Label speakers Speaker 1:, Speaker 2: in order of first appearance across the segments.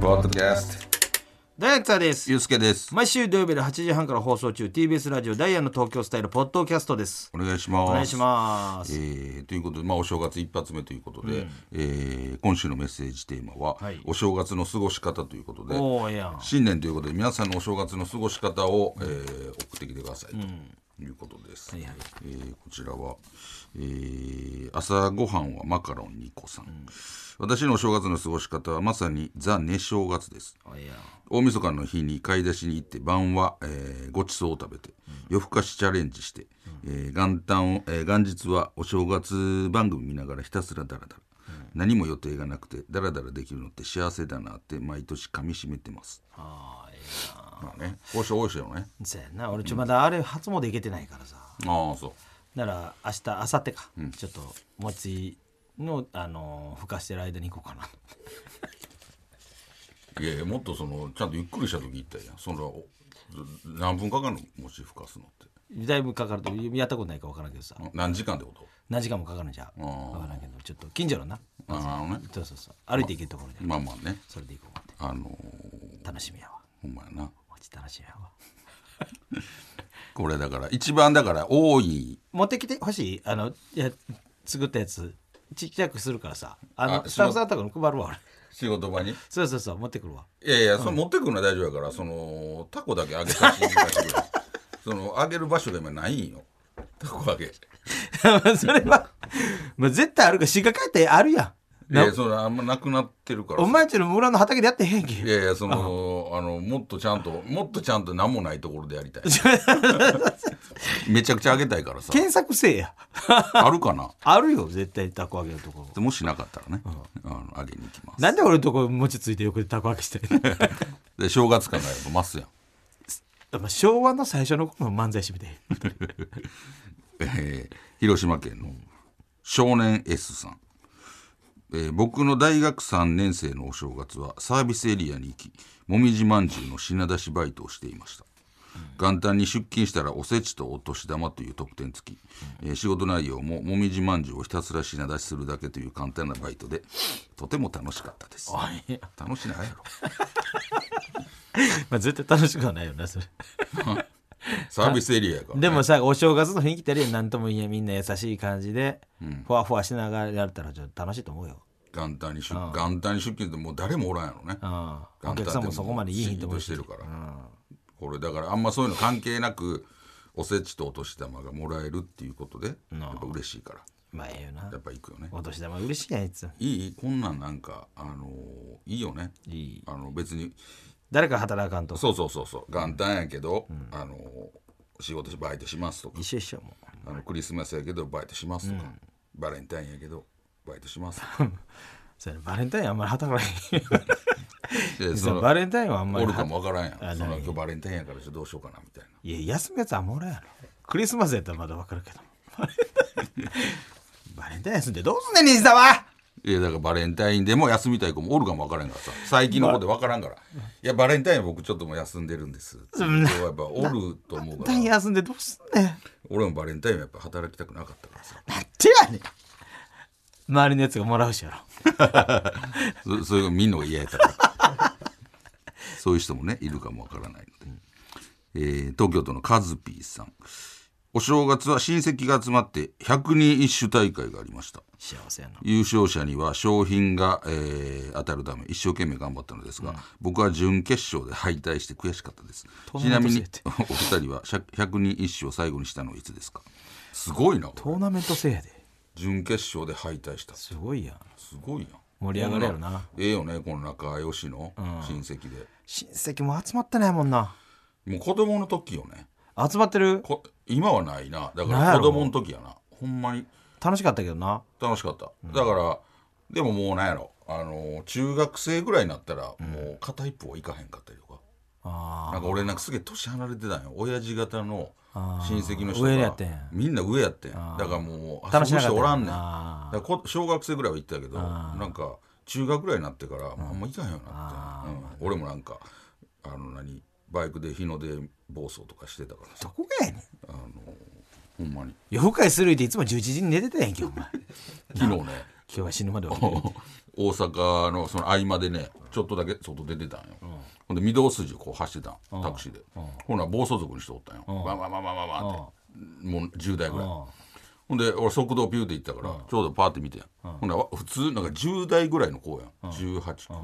Speaker 1: ポッドキャスト
Speaker 2: ダイアンツァーです
Speaker 1: ゆうすけです
Speaker 2: 毎週土曜日の8時半から放送中 TBS ラジオダイアンの東京スタイルポッドキャストです
Speaker 1: お願いします
Speaker 2: お願いします
Speaker 1: えーということで、まあ、お正月一発目ということで、えー今週のメッセージテーマは、
Speaker 2: はい
Speaker 1: お正月の過ごし方ということで
Speaker 2: おおええやん
Speaker 1: 新年ということで皆さんのお正月の過ごし方を、えー送ってきてくださいということです、
Speaker 2: はい
Speaker 1: えーこちらは、えー朝ごはんはマカロン2個さん、私のお正月の過ごし方はまさにザ・寝正月です
Speaker 2: おええやん
Speaker 1: 大晦日の日に買い出しに行って晩は、えーごちそうを食べて夜更かしチャレンジして、えー元旦を、えー元日はお正月番組見ながらひたすらダラダラ、何も予定がなくてダラダラできるのって幸せだなって毎年噛みしめてます
Speaker 2: ああええやん
Speaker 1: まあねこうして多いですよね
Speaker 2: そうやな俺ちょまだあれ初詣行けてないからさ
Speaker 1: ああそう
Speaker 2: なら明日明後日か、ちょっと餅のあのーふかしてる間に行こうかない
Speaker 1: やいやもっとそのちゃんとゆっくりした時行ったらいいやんそのお何分かかるの餅ふかすのって
Speaker 2: だいぶかかるとやったことないから分からんけどさ
Speaker 1: ん何時間ってこと
Speaker 2: 何時間もかかるんじゃ分からんけどちょっと近所のな
Speaker 1: ああのね
Speaker 2: そうそうそう歩いて行けるところで
Speaker 1: まあまあね
Speaker 2: それで行こうって
Speaker 1: あの
Speaker 2: 楽しみやわ
Speaker 1: ほんまやな
Speaker 2: 餅楽しみやわ
Speaker 1: これだから一番だから多い
Speaker 2: 持ってきてほしいあのいや作ったやつちっちゃくするからさあの
Speaker 1: あ
Speaker 2: スタッフさんとかに配るわ俺
Speaker 1: 仕事場にい
Speaker 2: そうそうそう持ってくるわ
Speaker 1: やいやそれ持ってくるのは大丈夫やからそのタコだけあげさせていただくぐらいそのあげる場所が今ないんよタコあげい
Speaker 2: それはまあ絶対あるから滋賀帰ってあるやんな
Speaker 1: やそれあんまなくなってるから
Speaker 2: お前んちの村の畑でやってへんけ
Speaker 1: いやいやそのあのもっとちゃんともっとちゃんと何もないところでやりたいめちゃくちゃあげたいからさ
Speaker 2: 検索せえや
Speaker 1: あるかな
Speaker 2: あるよ絶対たこ揚げのところ
Speaker 1: でもしなかったらね、あのあげに行きます
Speaker 2: なんで俺のとこ餅ついて横でたこ揚げしてる
Speaker 1: で正月感がやっぱ増すやん
Speaker 2: やっぱ昭和の最初の頃の漫才してみて
Speaker 1: えー広島県の少年 S さん、えー僕の大学3年生のお正月はサービスエリアに行きもみじまんじゅうの品出しバイトをしていました元旦に出勤したらおせちとお年玉という特典付き、えー仕事内容ももみじまんじゅうをひたすら品出しするだけという簡単なバイトでとても楽しかったです楽しないやろ
Speaker 2: まあ絶対楽しくはないよなそれ
Speaker 1: サービスエリアやから、ね、
Speaker 2: でもさお正月の雰囲気ってあるやん何とも言えんみんな優しい感じで、ふわふわしながらやれたらちょっと楽しいと思うよ、
Speaker 1: 元旦に出元旦に出勤ってもう誰もおらんやろね
Speaker 2: うん、
Speaker 1: 元旦
Speaker 2: お客さんもそこまでいい
Speaker 1: シ
Speaker 2: ヒ
Speaker 1: ー
Speaker 2: ン
Speaker 1: ン
Speaker 2: ト
Speaker 1: と
Speaker 2: も
Speaker 1: してるから
Speaker 2: う、ん
Speaker 1: これだからあんまそういうの関係なくおせちとお年玉がもらえるっていうことでやっぱ嬉しいから
Speaker 2: まあええよな
Speaker 1: やっぱ行くよね
Speaker 2: お年玉嬉しいやんいつ
Speaker 1: いいこんなんなんかあのーいいよね
Speaker 2: いい
Speaker 1: あの別に
Speaker 2: 誰か働かんと
Speaker 1: そうそうそうそう元旦やけど、あのー仕事しバイトしますとか
Speaker 2: 一緒一緒も
Speaker 1: あのクリスマスやけどバイトしますとか、バレンタインやけどバイトします とか
Speaker 2: うそれバレンタインあんまり働かへん
Speaker 1: で
Speaker 2: そ
Speaker 1: そ
Speaker 2: の
Speaker 1: の
Speaker 2: バレンタインはあんま
Speaker 1: お
Speaker 2: り
Speaker 1: るかもわからんや
Speaker 2: あ
Speaker 1: んその
Speaker 2: ない
Speaker 1: 今日バレンタインやからちょっとどうしようかなみたいない
Speaker 2: や休むやつはもらうやろクリスマスやったらまだわかるけど バレンタインバレンタイン休んでどうすんねん西澤
Speaker 1: いやだからバレンタインでも休みたい子もおるかも分からんからさ最近の子で分からんから、いやバレンタインは僕ちょっともう休んでるんですっていう人はやっぱおると思う
Speaker 2: バ
Speaker 1: か
Speaker 2: レンタイン
Speaker 1: ら
Speaker 2: 休んでどうすんねん
Speaker 1: 俺もバレンタインはやっぱ働きたくなかったからさ
Speaker 2: なんてやねん周りのやつがもらうしやろ
Speaker 1: そ それが見んのが嫌やったから そういう人もねいるかも分からないので、えー東京都のカズピーさんお正月は親戚が集まって100人一首大会がありました
Speaker 2: 幸せやな
Speaker 1: 優勝者には賞品が、えー当たるため一生懸命頑張ったのですが、僕は準決勝で敗退して悔しかったです
Speaker 2: トー
Speaker 1: ち
Speaker 2: ナ
Speaker 1: な
Speaker 2: メ
Speaker 1: み
Speaker 2: ント制っ
Speaker 1: に
Speaker 2: て
Speaker 1: お二人はしゃ100人一首を最後にしたのはいつですかすごいなこれ
Speaker 2: トーナメント制やで
Speaker 1: 準決勝で敗退したす
Speaker 2: すごいやん
Speaker 1: ごいな
Speaker 2: 盛り上がるやろな
Speaker 1: こんええよねこの仲良しの親戚で、
Speaker 2: 親戚も集まってないもんな
Speaker 1: もう子供の時よね
Speaker 2: 集まってる
Speaker 1: こ今はないなだか
Speaker 2: ないや
Speaker 1: ら
Speaker 2: ろ
Speaker 1: 子供の時やなほんまに
Speaker 2: 楽しかったけどな
Speaker 1: 楽しかった、だからでももうなんやろあの中学生ぐらいになったらもう片一方はいかへんかったりとか、
Speaker 2: あ
Speaker 1: なんか俺なんかすげえ年離れてたんよ親父方の親戚の人
Speaker 2: 上や
Speaker 1: が
Speaker 2: ってん
Speaker 1: みんな上やってんだからもう
Speaker 2: 楽
Speaker 1: 楽
Speaker 2: し
Speaker 1: し
Speaker 2: な
Speaker 1: む
Speaker 2: かっ
Speaker 1: 人
Speaker 2: た
Speaker 1: おらんねんだ
Speaker 2: あー
Speaker 1: からこ小学生ぐらいは行ったけどなんか中学ぐらいになってからもうあんま行かへんようになって、うん俺もなんかあの何バイクで日の出暴走とかしてたから
Speaker 2: あ
Speaker 1: さ
Speaker 2: どこがやね
Speaker 1: ほ
Speaker 2: ん
Speaker 1: んまに
Speaker 2: 夜更かしする言うていつも11時に寝てたやんけお前
Speaker 1: 昨日ね昨
Speaker 2: 今日は死ぬまで起きてる
Speaker 1: 大阪のその合間でねちょっとだけ外出てたんよ、ほんで御堂筋をこう走ってたんタクシーで、ほな暴走族にしておったんよ、わわわわわわって、もう10代ぐらい、ほんで俺速度ピューで行ったから、ちょうどパーって見てん、ほんなら普通なんか10代ぐらいの子やん18か、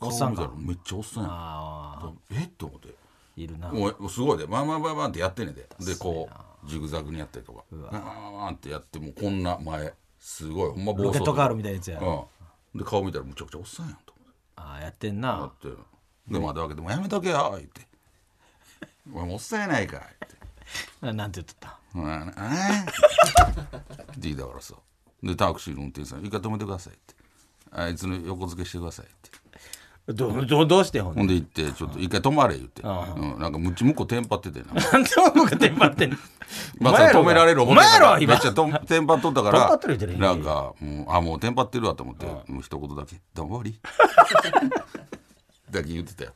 Speaker 2: おっさんか
Speaker 1: 顔見たらめっちゃおっさんやん
Speaker 2: あ
Speaker 1: えっと思って
Speaker 2: あいるな
Speaker 1: もうすごいでバンバンバンバンってやってんねんででこうジグザグにやったりとかバンバンバンってやってもうこんな前すごいほんま暴
Speaker 2: ロケ
Speaker 1: 走族
Speaker 2: ットカールみたいなやつや
Speaker 1: うん、で顔見たらむちゃくちゃおっさんやんと
Speaker 2: ああやってんな
Speaker 1: 思ってで窓開けて「もうやめとけよ」言って 「お前もうおっさんやないか」って
Speaker 2: ななんて言っとった
Speaker 1: 「うんえーって言いだからさでタクシーの運転手さん「一回止めてください」って「あいつの横付けしてください」って
Speaker 2: どどどうしてほん
Speaker 1: ほん
Speaker 2: で
Speaker 1: で行って「ちょっと一回止まれ」言って、うん、なんかむちむこテンパっててな
Speaker 2: なんで僕がテンパってんの
Speaker 1: まさ止められる
Speaker 2: お前やろ
Speaker 1: め
Speaker 2: 今
Speaker 1: っちゃとテンパっとったか
Speaker 2: テンパ
Speaker 1: ら
Speaker 2: っとる言うてる
Speaker 1: なんかもうあもうテンパってるわと思ってもう一言だけ「どんぼり」だけ言ってたよ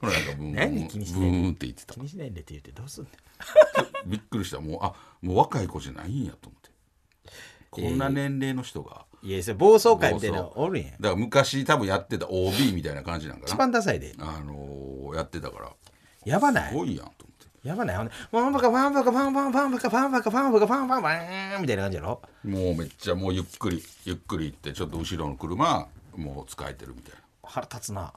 Speaker 1: ほらなんかブーン
Speaker 2: 何
Speaker 1: ブ
Speaker 2: 気
Speaker 1: ーンブ
Speaker 2: にしてんの
Speaker 1: ーンって言ってた
Speaker 2: 気にしないんでって言ってどうすんの
Speaker 1: びっくりしたもうあもう若い子じゃないんやと思ってこんな年齢の人が、
Speaker 2: いやそれ暴走会みたいなのおるんや
Speaker 1: だから昔多分やってた OB みたいな感じなんか
Speaker 2: 一
Speaker 1: な
Speaker 2: 番ダサいで
Speaker 1: あのーやってたから
Speaker 2: やばな
Speaker 1: す
Speaker 2: い
Speaker 1: ごいやんと思って
Speaker 2: やばないほんでワンバカワンバカワンバカワンバカワンバカワンバカワンバカワンバーンみたいな感じやろ
Speaker 1: もうめっちゃもうゆっくりゆっくり行ってちょっと後ろの車もう使えてるみたいな
Speaker 2: 腹立つな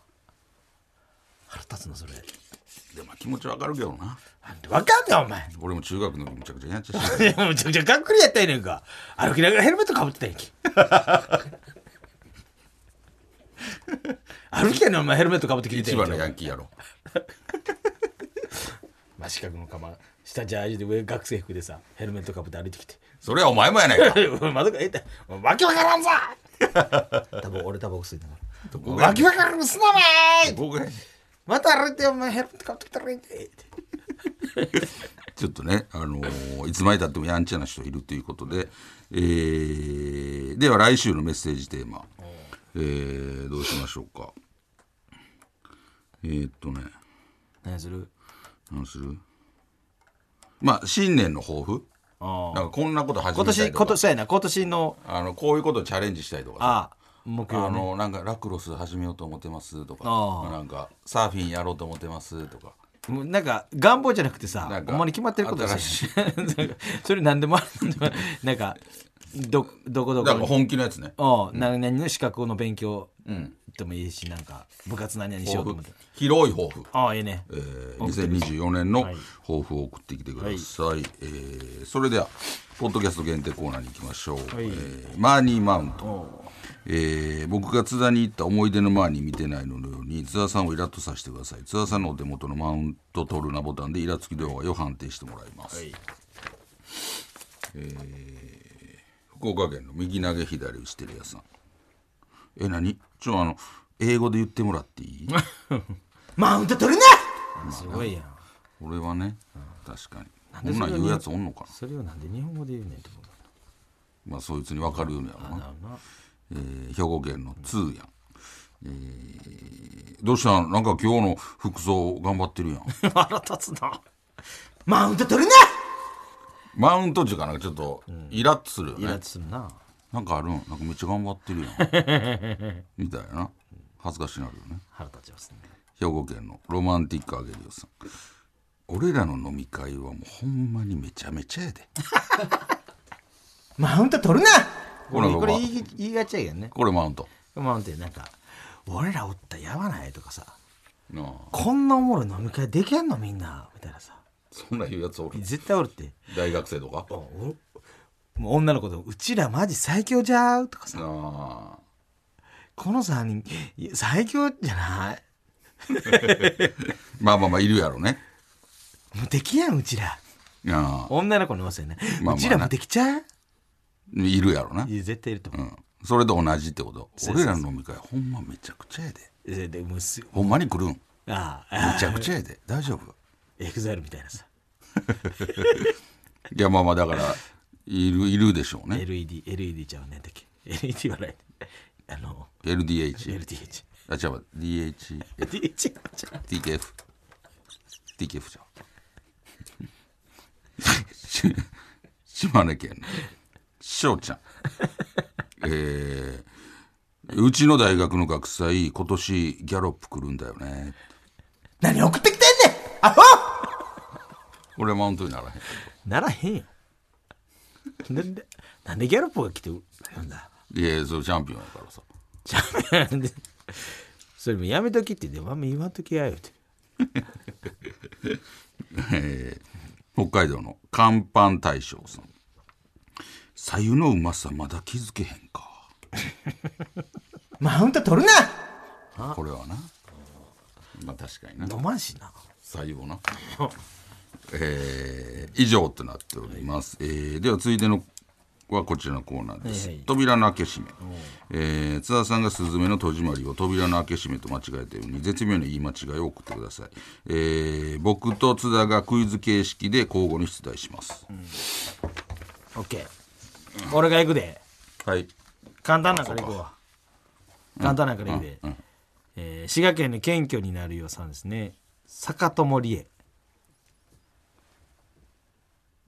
Speaker 2: 腹立つなそれ
Speaker 1: でまあ気持ちわかるけどな
Speaker 2: なんでわかんねえお前
Speaker 1: 俺も中学の時むちゃくちゃやっちゃして
Speaker 2: いやもうめちゃくちゃがっくりやったやねんか歩きながらヘルメットかぶってたやんけ 歩きやねんお前ヘルメットかぶってきてた
Speaker 1: 一
Speaker 2: や
Speaker 1: 番
Speaker 2: んけ
Speaker 1: のヤンキーやろ
Speaker 2: まあ四角の釜下ジャージで上学生服でさヘルメットかぶって歩いてき て
Speaker 1: それはお前もやないか
Speaker 2: まだかえってわけわからんぞ多分俺タバコ吸いなが
Speaker 1: こ
Speaker 2: らわけわからんすなまい
Speaker 1: 僕ね
Speaker 2: また歩いてお前ヘルメットかぶってきたらいいって
Speaker 1: ちょっとね、あのーいつまでたってもやんちゃな人いるということで、えーでは来週のメッセージテーマ、えーどうしましょうか。えーっとね、
Speaker 2: 何する
Speaker 1: 何するまあ、新年の抱負
Speaker 2: あ
Speaker 1: なんかこんなこと始
Speaker 2: 今
Speaker 1: めた
Speaker 2: 年
Speaker 1: いと
Speaker 2: 今
Speaker 1: か、
Speaker 2: 年やな今年の
Speaker 1: あのこういうことをチャレンジしたいとかさ、
Speaker 2: あ目標
Speaker 1: あ
Speaker 2: ね
Speaker 1: のなんかラクロス始めようと思ってますとか、
Speaker 2: あー
Speaker 1: なんかサーフィンやろうと思ってますとか。
Speaker 2: もうなんか願望じゃなくて
Speaker 1: な
Speaker 2: さ
Speaker 1: んか
Speaker 2: ほんまに決まってることだ
Speaker 1: 新
Speaker 2: し それ何でもあるんだなんかどどこど
Speaker 1: だから
Speaker 2: こ
Speaker 1: 本気のやつね。
Speaker 2: お何々の資格の勉強でもいいしなんか部活何々しようと
Speaker 1: 抱
Speaker 2: 思っ
Speaker 1: 負
Speaker 2: て
Speaker 1: 広い抱負。
Speaker 2: ああいいね
Speaker 1: えー2024年の抱負を送ってきてください、えーそれではポッドキャスト限定コーナーに行きましょう、えーマーニーマウント、えー僕が津田に行った思い出のマーニー見てないののように津田さんをイラッとさせてください津田さんのお手元のマウント取るなボタンでイラつき度合いを判定してもらいます、福岡県の右投げ左打ちテリアさんえ何ちょあの英語で言ってもらってい い
Speaker 2: マウント取るなすごいやん
Speaker 1: 俺はね確かにこんなん言うやつおんのかな
Speaker 2: それをなんで日本語で言うねんってこと
Speaker 1: まあそいつに分かるようにやろうな、
Speaker 2: だな
Speaker 1: えー兵庫県の通やん、えーどうしたんなんか今日の服装頑張ってるや ん
Speaker 2: 腹立つなマウント取るな
Speaker 1: マウント中かなんかちょっとイラッとするよね、
Speaker 2: イラッとするな
Speaker 1: なんかあるんなんかめっちゃ頑張ってるや んみたいな恥ずかしなるよね
Speaker 2: 腹立ちますね
Speaker 1: 兵庫県のロマンティックあげるよさん俺らの飲み会はもうほんまにめちゃめちゃやで
Speaker 2: マウント取るな
Speaker 1: ほら
Speaker 2: これ
Speaker 1: ほら
Speaker 2: 言い言いがちやけどね
Speaker 1: これマウント
Speaker 2: マウントなんか俺らおったらやばないとかさ
Speaker 1: なあ
Speaker 2: こんなおもろい飲み会でけんのみんなみたいなさ
Speaker 1: そんなん言うやつおる
Speaker 2: 絶対おるって
Speaker 1: 大学生とか
Speaker 2: おもう女の子でも「うちらマジ最強じゃう」とかさ
Speaker 1: なあ
Speaker 2: 「この3人いや最強じゃない
Speaker 1: まあまあまあいるやろね
Speaker 2: 無敵やんうちら
Speaker 1: な」あ
Speaker 2: 女の子に言わせるね、
Speaker 1: まあまあね
Speaker 2: うちら無敵ちゃう
Speaker 1: いるやろない
Speaker 2: や絶対いると
Speaker 1: う
Speaker 2: 思う、
Speaker 1: ん、それと同じってこと
Speaker 2: そう
Speaker 1: 俺
Speaker 2: そうそう
Speaker 1: らの飲み会ほんまめちゃくちゃやで
Speaker 2: えでもうす
Speaker 1: ほんまに来るんめ
Speaker 2: ああ
Speaker 1: ちゃくちゃやで大丈 夫
Speaker 2: エグザイルみたいなさ
Speaker 1: いやまあまあだからいるいるでしょうね
Speaker 2: LEDLED ちゃうねんだっけ LED はないあの
Speaker 1: LDH
Speaker 2: LDH
Speaker 1: あ違う DHTKF
Speaker 2: LDH はちゃう
Speaker 1: TKF じゃ うし島根県のしょうちゃんえーうちの大学の学祭、今年ギャロップ来るんだよね。
Speaker 2: 何送ってきてんねんアホ
Speaker 1: 俺マウントにならへん。
Speaker 2: ならへんよなんでなんでギャロップが来てなんだ
Speaker 1: いや、そうチャンピオンやからさ。
Speaker 2: ちゃうやんそれもやめときって言って、まあ、言わんときやよって
Speaker 1: えー北海道の乾パン大将さん。左右のうまさまだ気づけへんか。
Speaker 2: マウント取る
Speaker 1: これはな。まあ確かにな。
Speaker 2: な飲まんしな
Speaker 1: 左右 な。えー以上となっております。えーでは続いてのはこちらのコーナーです。
Speaker 2: はいはい
Speaker 1: 扉の開け閉め、えー津田さんがスズメの戸締まりを扉の開け閉めと間違えたように絶妙な言い間違いを送ってください、えー僕と津田がクイズ形式で交互に出題します、
Speaker 2: オッケー俺が行くで
Speaker 1: はい
Speaker 2: 簡単なんから行くわ簡単なんから行くで、えー滋賀県の謙虚になるようさんですね坂友理恵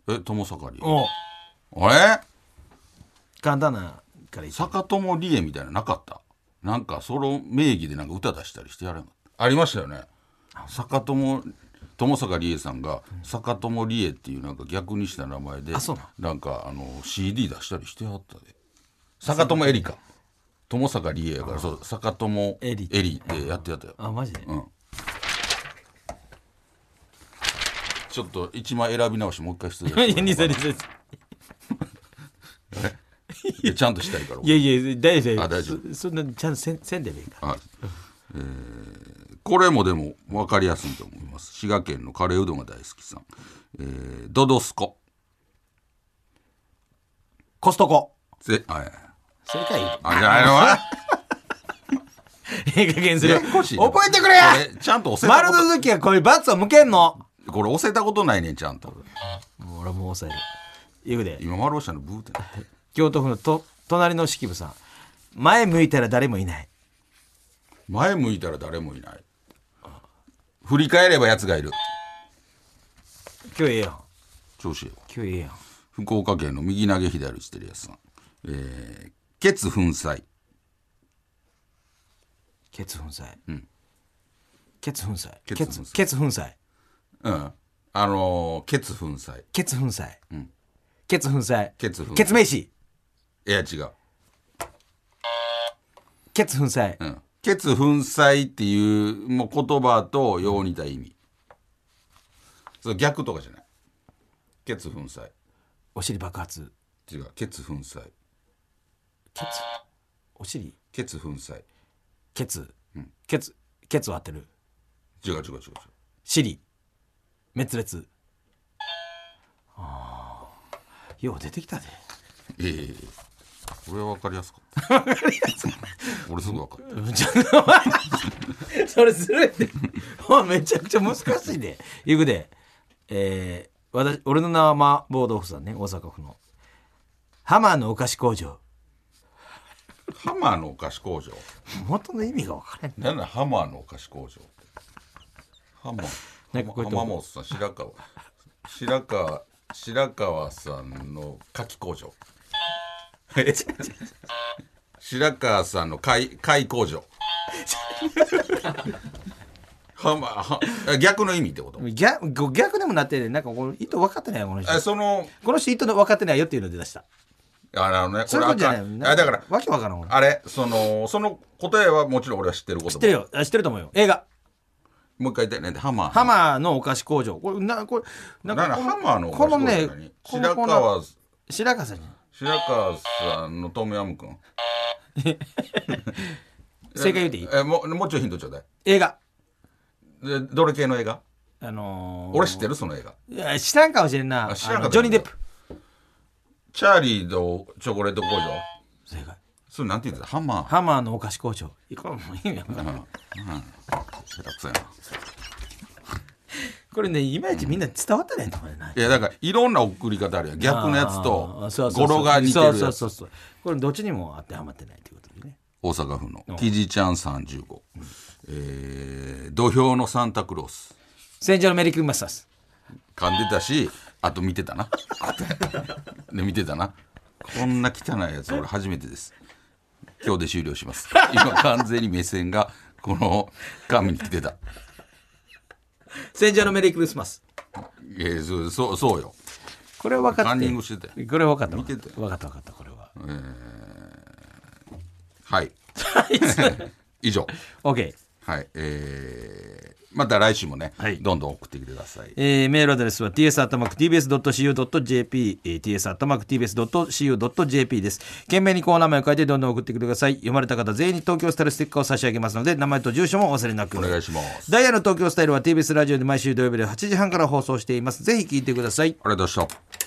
Speaker 1: え友盛り
Speaker 2: お
Speaker 1: え
Speaker 2: 簡単なんから行く
Speaker 1: 坂友理恵みたいなのなかったなんかその名義でなんか歌出したりしてやらんかったありましたよね坂友友坂理恵さんが坂友理恵っていうなんか逆にした名前で
Speaker 2: あそうなん
Speaker 1: なんかあの CD 出したりしてはったで坂友エリか友坂理恵やからそう坂友
Speaker 2: エ
Speaker 1: エ
Speaker 2: リ
Speaker 1: リってやってやったよ
Speaker 2: あマジで、
Speaker 1: うんちょっと一枚選び直しもう一回して
Speaker 2: いや偽偽偽
Speaker 1: いやちゃんとしたいから
Speaker 2: いやいや大丈夫
Speaker 1: あ大丈夫
Speaker 2: そそんなちゃんとせんせんでもいいから
Speaker 1: はい、えーこれもでも分かりやすいと思います滋賀県のカレーうどんが大好きさん、えードドスコ
Speaker 2: コストコ
Speaker 1: ぜはい
Speaker 2: それかいい
Speaker 1: あじゃああ
Speaker 2: ええ加減する
Speaker 1: ややこしいな
Speaker 2: 覚えてくれや
Speaker 1: のこれちゃんと押せた
Speaker 2: 丸
Speaker 1: こ
Speaker 2: の時はこれ罰を向けんの
Speaker 1: とこれ押せたことないねんちゃんと
Speaker 2: もう俺もう抑えるいくで
Speaker 1: 今丸押したのブーってなって
Speaker 2: 京都府のと隣の式部さん前向いたら誰もいない
Speaker 1: 前向いたら誰もいない振り返れば奴がいる
Speaker 2: 今日ええやん
Speaker 1: 調子いいよ
Speaker 2: 今日ええやん
Speaker 1: 福岡県の右投げ左打ちてるやつさんえーケツ粉砕
Speaker 2: ケツ粉砕ケツ粉砕
Speaker 1: ケ
Speaker 2: ケ
Speaker 1: ツ粉砕
Speaker 2: ツケツ粉砕
Speaker 1: うんあのーケツ粉砕
Speaker 2: ケツ粉砕ケツ粉砕
Speaker 1: ケツ粉砕
Speaker 2: ケツメイシ
Speaker 1: いや違う
Speaker 2: ケツ粉砕
Speaker 1: うんケツ粉砕っていうもう言葉とよう似た意味。それ逆とかじゃない。ケツ粉砕。
Speaker 2: お尻爆発
Speaker 1: 違う。ケツ粉砕。
Speaker 2: ケツお尻
Speaker 1: ケツ粉砕。
Speaker 2: ケツケツケツを当てる
Speaker 1: 違う違う違う違う。
Speaker 2: 尻滅裂ああよう出てきたで
Speaker 1: ええええこれは分かりやすかった。 俺すぐ分かった。
Speaker 2: それずるいってお前めちゃくちゃ難しいで行くでえー、私俺の名は麻婆豆腐さんね大阪府のハマーのお菓子工場
Speaker 1: ハマーのお菓子工場。
Speaker 2: 元の意味が分からん
Speaker 1: なんなんハマーのお菓子工場ハマ
Speaker 2: なんかこういうとこ
Speaker 1: 浜 本さん、白川。白川、白川さんの牡蠣工場。え白川さんの貝、貝工 場。ハマはえ逆の意味ってこと
Speaker 2: 逆逆でもなってねなんかこの意図分かってないよこの人
Speaker 1: え、その、
Speaker 2: この人意図の分かってないよっていうので出した
Speaker 1: ああのね、
Speaker 2: そういうことじゃ
Speaker 1: あ
Speaker 2: ない
Speaker 1: かん
Speaker 2: なん
Speaker 1: あだから、
Speaker 2: わけわからん俺
Speaker 1: あれ、その、その答えはもちろん俺は知ってること。
Speaker 2: 知ってるよあ知ってると思うよ映画
Speaker 1: もう一回言ってね、ハマー。
Speaker 2: ハマーのお菓子工場これなこれな
Speaker 1: なん
Speaker 2: か
Speaker 1: なん
Speaker 2: こ
Speaker 1: ハマーのお菓
Speaker 2: こ
Speaker 1: 子工
Speaker 2: の
Speaker 1: 場
Speaker 2: ね
Speaker 1: 何
Speaker 2: こ
Speaker 1: 白
Speaker 2: のこの
Speaker 1: 川、
Speaker 2: 白川さんに
Speaker 1: 白川さんのトムヤムくん。
Speaker 2: 正解言うていい
Speaker 1: え、もう、もうちょいヒントちょうだい。
Speaker 2: 映画
Speaker 1: でどれ系の映画
Speaker 2: あのー、
Speaker 1: 俺知ってるその映画。
Speaker 2: いや知らんかもしれんな
Speaker 1: あ知らんか
Speaker 2: あの
Speaker 1: った
Speaker 2: ジョニー・デップ
Speaker 1: チャーリーとチョコレート工場
Speaker 2: 正解
Speaker 1: それなんて言うんだハンマー。
Speaker 2: ハマーのお菓子工場いやこれもう意味わからん
Speaker 1: うん。うん下手くそやな。
Speaker 2: これねいまいちみんな伝わってないと思うよない
Speaker 1: や、だから、いろんな送り方あるやん。逆のやつ
Speaker 2: あー
Speaker 1: と
Speaker 2: そう、そ
Speaker 1: 語
Speaker 2: うそう
Speaker 1: 呂が似てる
Speaker 2: そ
Speaker 1: や
Speaker 2: うそ
Speaker 1: つ。
Speaker 2: うそうそうこれどっちにも当てはまってないということでね
Speaker 1: 大阪府の、キジちゃん35。えー、土俵のサンタクロース。
Speaker 2: 戦場のメリークリスマスです
Speaker 1: 噛んでたし、あと見てたな。で、見てたな。こんな汚いやつ俺初めてです今日で終了します今完全に目線がこの紙に来てた
Speaker 2: 戦場のメリークリスマス。
Speaker 1: えー、そうそうそうよ
Speaker 2: これは分かった。
Speaker 1: カンニングしてた
Speaker 2: これは分かった。
Speaker 1: 見てたよ
Speaker 2: 分かった分かった、これは。
Speaker 1: はい 以上
Speaker 2: OK。
Speaker 1: はいえー、また来週もね、
Speaker 2: はい
Speaker 1: どんどん送ってきてください
Speaker 2: えーメールアドレスは ts.tbs.cu.jp、えー ts.tbs.cu.jp です。懸命にコーナー名を書いてどんどん送ってきてください。読まれた方全員に東京スタイルステッカーを差し上げますので、名前と住所もお忘れなく。
Speaker 1: お願いします
Speaker 2: ダイヤの東京スタイルは TBS ラジオで毎週土曜日で8時半から放送しています。ぜひ聞いてください。
Speaker 1: ありがとうございました